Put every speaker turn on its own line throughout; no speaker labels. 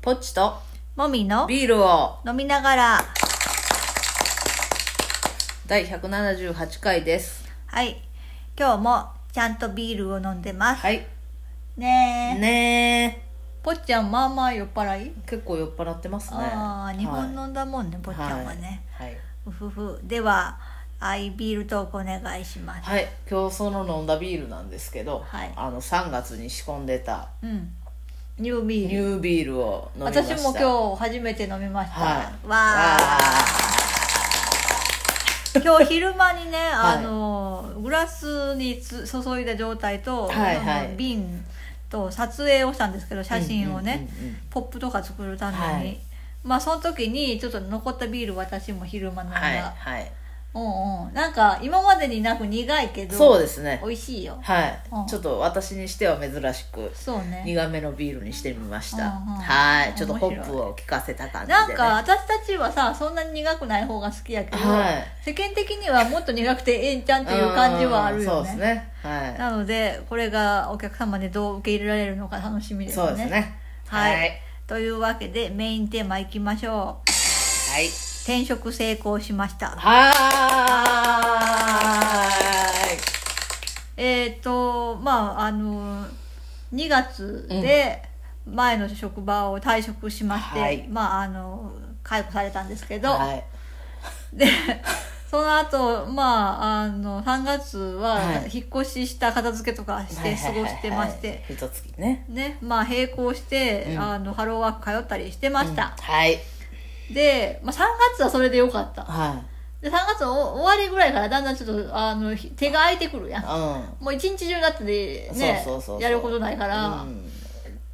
ポッチと
もみの
ビールを
飲みながら、
第178回です。
はい。今日もちゃんとビールを飲んでます。
はい。
ねえ、
ね
ぽっちゃんまあまあ酔っ払い、
え。結構酔っ払ってますね。
ああ、日本飲んだもんね、ぽ
坊
っちゃんはね。。
はい。はい。
うふふ。では、アイビールトークお願いします。
はい今日その飲んだビールなんですけど、
はい
あの3月に仕込んでた
うん。ニュービ
ニ
ール。
ュービールを飲みました。
私も今日初めて飲みました。
はい。
わあ。今日昼間にね、
はい
あのグラスにつ注いだ状態と、
はいはい
あの瓶と撮影をしたんですけど写真をね、
うんうんうんうん
ポップとか作るために、
はい
まあその時にちょっと残ったビール私も昼間飲んだ、
はいはい。
うんうんなんか今までになく苦いけど
そうですね。
美味しいよ
はい、
うん
ちょっと私にしては珍しく
そうね
苦めのビールにしてみました、
うんうん
はいちょっとホ
面
ッ
白い
プを効かせた感じで、ね、
なんか私たちはさそんなに苦くない方が好きやけど、
はい
世間的にはもっと苦くてええんちゃんっていう感じはある
うんそ
よ
うです
ね
ねは
なのでこれがお客様でどう受け入れられるのか楽しみ
い
ですね
そうですね
はい
はい、
というわけでメインテーマいきましょう
はい
転職成功しました
はーい
えっ、とまああの2月で前の職場を退職しまして、
はい
まああの解雇されたんですけど、
はい
でその後まああの3月
は
はい引っ越しした片付けとかして過ごしてまして、
はいはいはい一月ね
ねまあ並行して、
うん
あのハローワーク通ったりしてました、
うんはい
で、まあ、3月はそれでよかった
は
で3月の終わりぐらいからだんだんちょっとあのひ手が空いてくるやん
い
もう一日中だってね
そうそうそうそう
やることないから
う、ん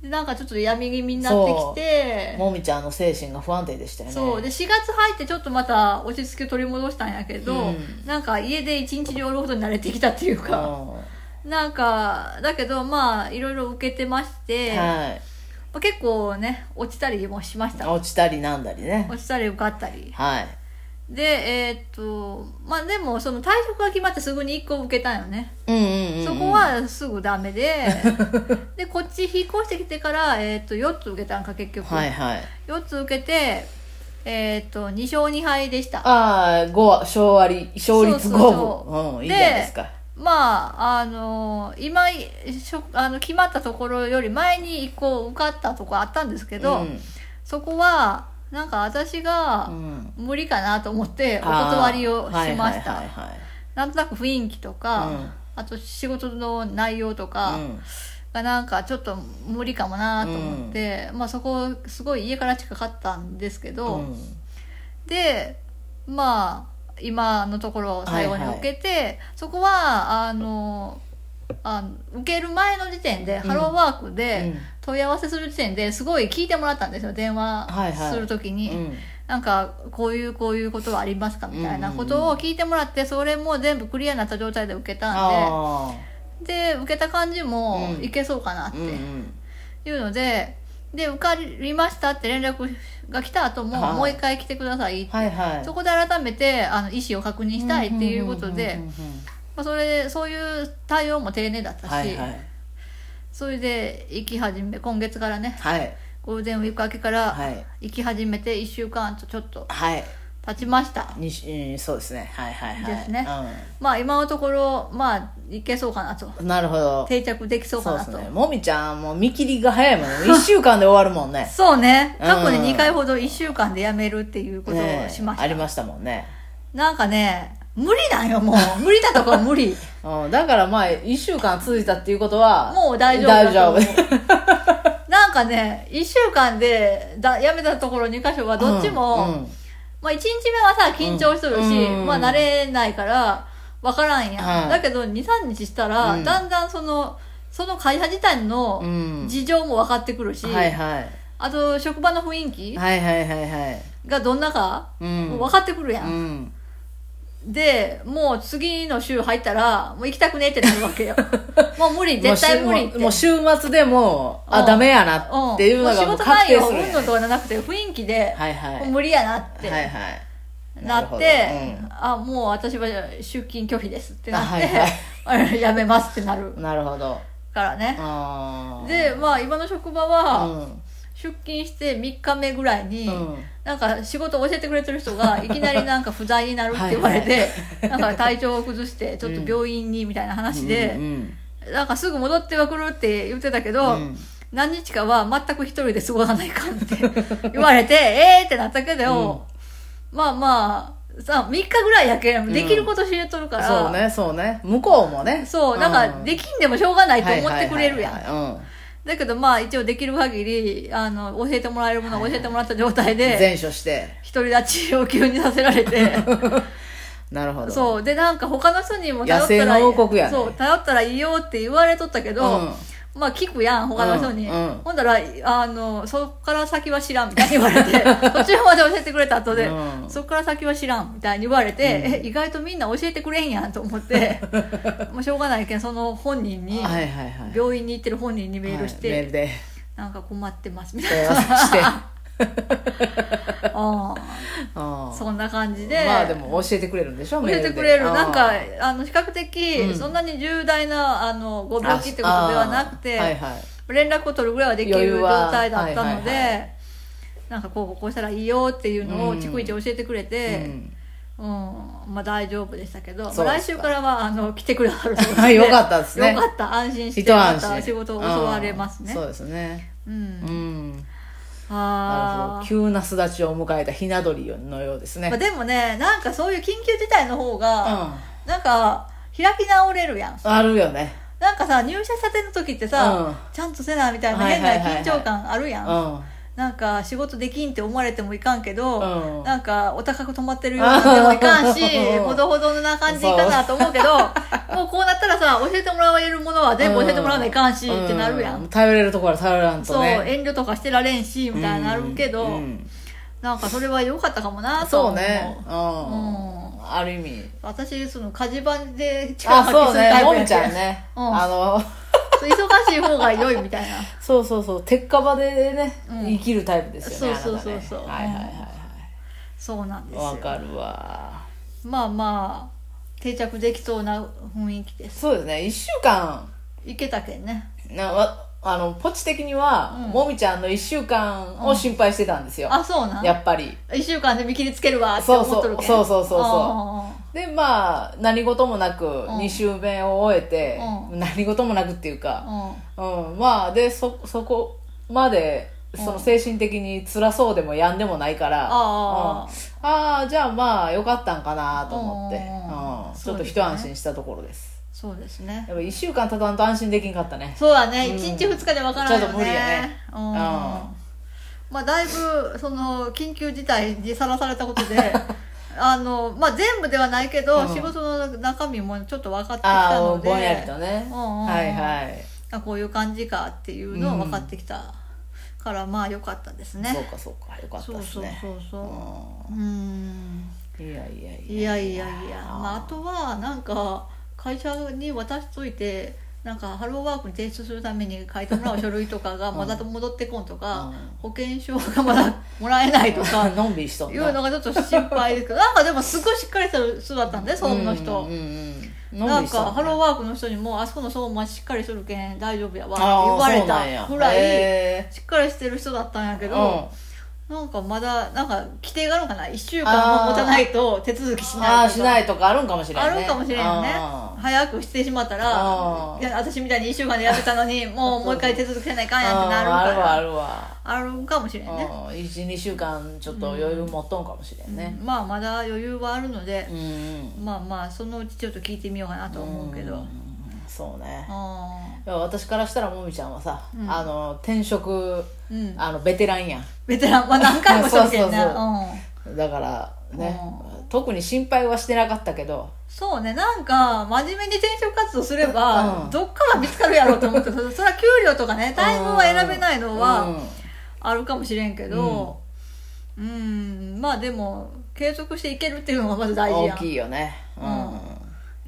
でなんかちょっと闇気味になってきて
もみちゃんの精神が不安定でしたよね
そうで4月入ってちょっとまた落ち着きを取り戻したんやけど、
うん
なんか家で一日中おることに慣れてきたっていうか、なんかだけどまあいろいろ受けてまし
う
て、
ん
ま
はい
あ、結構ね落ちたりもしました
落ちたりなんだりね
落ちたり受かったり
はい
でえーっとまあでもその退職が決まってすぐに1個受けたんよね
うんうんうんうん
そこ はすぐダメででこっち引っ越してきてから、えーっと4つ受けたんか結局、
はいはい
4つ受けてえーっと2勝2敗でした
ああ五は勝割勝率
そ
五
うそうそう
分うんいいじゃないですか
まああの今いしょあの決まったところより前に1個受かったとこあったんですけど、
うん
そこはなんか私が
うん
無理かなと思ってお断りを
あー
しました、
はいはいはい
なんとなく雰囲気とか、
うん
あと仕事の内容と
は
か
いうん
がなんかちょっと無理かもなと思って、まあそこすごい家から近かったんですけど、
うん
でまあ今のところ最後に受けて、そこはあのあの受ける前の時点で、
うん
ハローワーク
う
で
ん
問い合わせする時点ですごい聞いてもらったんですよ電
はいは
話
い
する時に、
うん
なんかこういうこういうことはありますかみたいなことを聞いてもらってそれも全部クリアになった状態で受けたん
あ
でで受けた感じも
うん
いけそうかなっ
ー
て
うんうん
いうので。で受かりましたって連絡が来た後も、
はい
もう一回来てくださいって
はいはい
そこで改めてあの意思を確認したいっていうことで
んうんうんうん
まあそれそういう対応も丁寧だったし、
はいはい
それで行き始め今月からね
はい
ゴールデンウィーク明けから
はい
行き始めて1週間とちょっと
はい
経ちました、
にしうんそうですねはいはいはい
ですねまあ今のところまあいけそうかなと
うんなるほど
定着できそうか
そうで
なと
す
そう,、
ねもみちゃんもう見切りが早いもんね1週間で終わるもんね
ね過去に
うん
2回ほど1週間で辞めるっていうこと
ね
をしました、
ありましたもんね
なんかね無理なんよもう無理なとこは 無理
うんだからまあ1週間続いたっていうことは
もう大丈夫
大丈夫
だと思うなんかね、1週間でだ辞めたところ2箇所はどっちも、
うんうん
まあ1日目はさ、緊張しとるし、
うん
まあ慣れないから分からんや、
はい
だけど2、3日したら、
うん
だんだんその、その会社自体の
うん
事情も分かってくるし、
はいはい
あと職場の雰囲気
はいはいはいはい
がどんなか、
うん
もう分かってくるや,、
うんん
で、もう次の週入ったら、もう行きたくねえってなるわ けよ。もう無理、絶対無理って。
もう週もうもう週末でもう
う
あ
ん
ダメやなっていうの
んも
が
仕
もう
事
確
内
定
容
す
うん
る
ぬん
やん
とかじゃなくて雰囲気で、
はいはい
もう無理やなって、
はいはい
な
るほ
っ
ど
て、あもう私は出勤拒否ですってなって、
あはいはい
あれ やめますってなる
うんなるほど
からね、
あー
でまあ今の職場は、
うん
出出勤して3日目ぐらいに、
うん
なんか仕事教えてくれてる人が いきなりなんか不在になるって言われてなんか体調を崩してちょっと病院にみたいな話
う
で、
ん
なんかすぐ戻ってはくるって言ってたけ
う
ど、
んうん
何日かは全く一人で過ごさないかんって 言われてええってなったけど、まあまあさ3日ぐらいやけんできること知れとるから、
そうねそうね向こうもね
そうなんかで
き
きんでもしょうがないと思ってくれるやん
ん
だけどまあ一応できる限りあの教えてもらえるものを教えてもらった状態で
全処して
独り立ちを急にさせられて
なるほど
そうでなんか他の人にも頼っ
野生
たら
の王国やね
そう頼ったらいいよって言われとったけど、
うん
まあ聞くやん他の人に、
うんうん
ほんだらあのそっから先は知らんみたいに言われ て途中まで教えてくれた後で、
うん
そっから先は知らんみたいに言われて、え意外とみんな教えてくれんやんと思って もうしょうがないけんその本人に、
はいはいはい
病院に行ってる本人にメールして、
はいメールで
なんか困ってますみた
問
い
い合
な
わせ して
あ
うん
あそんな感じで,、
まあでも教えてくれるんでしょ
教えてくれるなんか
メールで
あの比較的、
うん
そんなに重大なあのご
あー
病気ってことではなくて、
あーはいはい
連絡を取るぐらいはでき
余
る
裕
状
は
態だったので、
はいはい
なんかこうこうしたらいいよっていうのを
うん
逐一教えてくれ
う
て、
ん
うんまあ、大丈夫でしたけど、ま
そ
あ
うですか
来週からはあの来てくださるそうで
よかったですね
よかった安心して
一
ま
安心
た仕事を襲われますね
うんそうですね
うん、
うんなるほ
あ
ど
ー
急な巣立ちを迎えたひな鳥のようですね
まあ、でもねなんかそういう緊急事態の方が、
う
なんか開き直れるやん
んあるよね
なんかさ入社したての時ってさ、
うん
ちゃんとせなみたいな
はい
変
はいはい
な緊張感あるやん、
うん
なんか仕事できんって思われてもいかんけど、
うん
なんかお高く止まってるようなんでもいか んし
うん
ほどほどな感じかなと思うけどもうこうなったらさ教えてもらえるものは全部教えてもらわないかんし、ってなるやん、
う頼れるところは頼らん
そ
と
う
ね
遠慮とかしてられんしみたいになるけど、
うんうん
なんかそれは良かったかもなとは
そ
思
うねうん
う
ある意味
私その火事場で力
あ
発揮
そう
する
ね
タイプ
も
や
ん
っ
ち
た
ゃんね
うん
あの
そう忙しい方が良いみたいな
そうそうそう鉄火場でね
うん
生きるタイプですよね
そう
あなたね
そうそうそう
はいはいは
そうなんで
いは
す
いわ
よ
かるわ
まあまあ定着できそうな雰囲気です
そうですね一週間
いけたけんね
なわあのポチ的には
うん
もみちゃんの一週間を心配してたんですよ
あそうなん
やっぱり
1週間で見切りつけるわって思っとるけん
そうそうそうそうそう
あ
でまあ何事もなく
ん
2週目を終えて、
う
何事もなくっていう
あ
か、
ああうん
うんまあでそそこまでその精神的に辛そうでも病んでもないから、うん、
あ
あ
あ
あじゃあまあよかったんかなと思って、
うん
うんち
そ
ょ
う
っと
ですね
一安心したところです
そうですね
やっぱ1週間経たんと安心できんかったね
そうだね
うん
1日2日でわからない
ちょ
よね
っと無理やね
うん
ん
まあだいぶその緊急事態にさらされ たことであのまあ全部ではないけど、
うん
仕事の中身もちょっと分かってきた
ああ
ので
ぼんやりとね、
うんうんうん
はいはい
あこういう感じかっていうのを分かってきたから、まあ良かったですね
そうかそうかよかった
そう
です
そう
ね
そうそううん
うんいやいやいや
いやいやいやまあ、あとはなんか会社に渡しといてなんかハローワークに提出するために書いてもらう書類とかがまだ戻ってこんとか、保険証がまだもらえないとか
あのんびりしとん
い
な
うのがちょっと心配ですけどなんかでもすごいしっかりした人だったんで総務の人、
うんうんうん、
なんかハロー
ー
ワークの人にも「あそこの総務はしっかりしとるけん大丈夫やわ」って
あ
言われ
そうなんや
たぐらい
へ
しっかりしてる人だったんやけ
ー
ど、なんかまだなんか規定があるのかな1週
あ
間
ー
も持たないと手続きし
うん、
ないとか
ああしないとかあるんかもしれんね
あるかもしれんよね
あ
早くしてしまったら
あー
いや私みたいに1週間でやってた のにもうもう一回手続きせないかん
ー
やんってなるか
あるわあ
ら
るわ
あるかもしれんね
12週間ちょっと余裕持っとんかもしれんね
うんまあまだ余裕はあるので
う、ん、うん
まあまあそのうちちょっと聞いてみようかなと思うけど、
んそうね
あ
いや私からしたらもみちゃんはさ、
うん
あの転職
ーうん
あのベテランやん
ベテランまあ何回もしとるけどね
そうそううそ
ん
だからね、特に心配はしてなかったけど
そうねなんか真面目に転職活動すれば、
うん
どっから見つかるやろうと思ってそそれは給料とかね待遇は選べないのは、
うん
あるかもしれんけどうんまあでも継続していけるっていうのがまず大事や
大
ん
きいよね
うん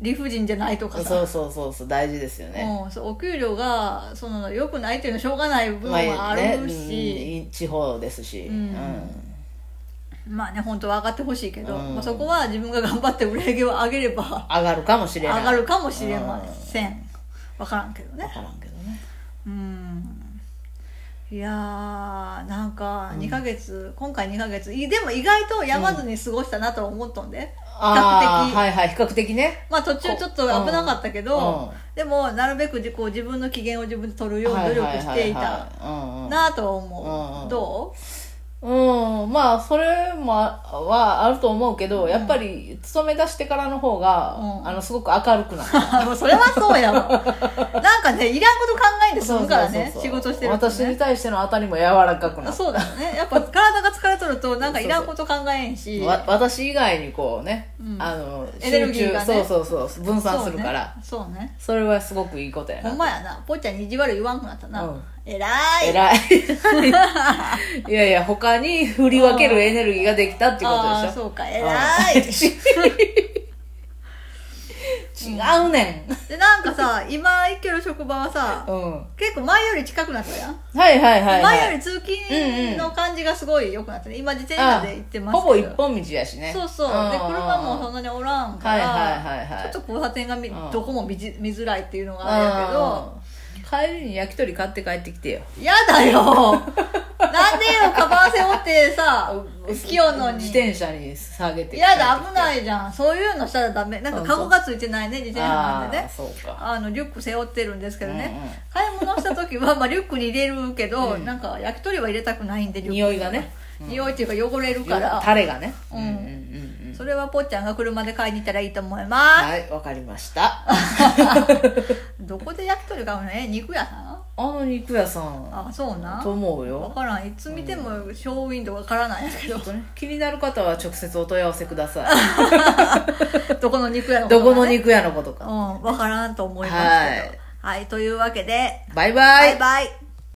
理不尽じゃないとか
うん、
さ
そうそうそうそう大事ですよね、
うん、そうお給料がその良くないっていうのはしょうがない部分
まあ
はあ
ね
るし、
うん地方ですし、
う
うんん
まあね本当は上がってほしいけど、
うん
まあ、そこは自分が頑張って売り上げを上げれば
上がるかもしれない
上がるかもしれません分からんけど
分
ね
からんけどね
うんいやーか
うん
2ヶ月、今回2ヶ月いでも意外と病まずに過ごしたなとは思っとんで、
ああはいはい比較的ね
まあ途中ちょっと危なかったけど、
うん
でもなるべくこう自分の機嫌を自分で取るように努力していた
はいはいはいはいうんうん
なとは思う、
うんうん
どう
うん、まあそれもあはあると思うけど、
うん
やっぱり勤め出してからの方が、
うん
あのすごく明るくなる
あもう それはそう やわなんかねいらんこと考えんで済むからね
そうそうそうそう
仕事してると、ね、
私に対しての当たりも柔らかくなる
そうだねやっぱ体が疲れとるとなんかいらんこと考えんし
わ私以外にこうね、
うん
あの
エネルギーがね
そうそうそう分散するから
そうねそうね
そ,、れはすごくいいことや
ほん
な
まやなぽっちゃんに意地悪言わんくなったな、
うん
えらい
偉いいやいや他に振り分けるエネルギーができたっていうこと
ああ
で
ー
しょ
そうか
う
え
ん
らい
違うね
でなんかさ今行ける職場はさ
ん、うん、は
結構前より近くなったやん
いはいはい、はい、
前より通勤の感じがすごい良くなったね今自転車で行ってます
ほ
けど
ぼ一本道やしね
そうそう、
んんん
で車もそんなにおらんから、
はいはいはいはい
ちょっと交差点が見、
うん
どこも見じ見づらいっていうのがあるんやけど、
うん帰りに焼き鳥買って帰ってきてよ
嫌だよなんでよカバン背負ってさ器用の
自
に
転車に下げて
嫌だ危
い
ないじゃんそういうのしたらダメなんかカゴがついてないね自転車なんでね
そうか
あのリュック背負ってるんですけどね、
うんうん
買い物した時は、まあ、リュックに入れるけど、
うん
なんか焼き鳥は入れたくないんでリュック
匂いがね
匂いっていうか汚れるから
タレがね
うん
うんうんうん
それはぽっちゃんが車で買いに行ったらいいと思います、
はいわかりました
どこで焼き鳥買うのえ肉屋さん
あの肉屋さん
あそうな
と思う
分
よ
からんいつ見てもショーウィンドウわからないけ
ち ょっとね気になる方は直接お問い合わせくだ さい
ど どこの肉屋の
どこの
ね
肉屋のこと
う
か
ん分からんと思いますけどはい、というわけで
バイバイ
バイバイ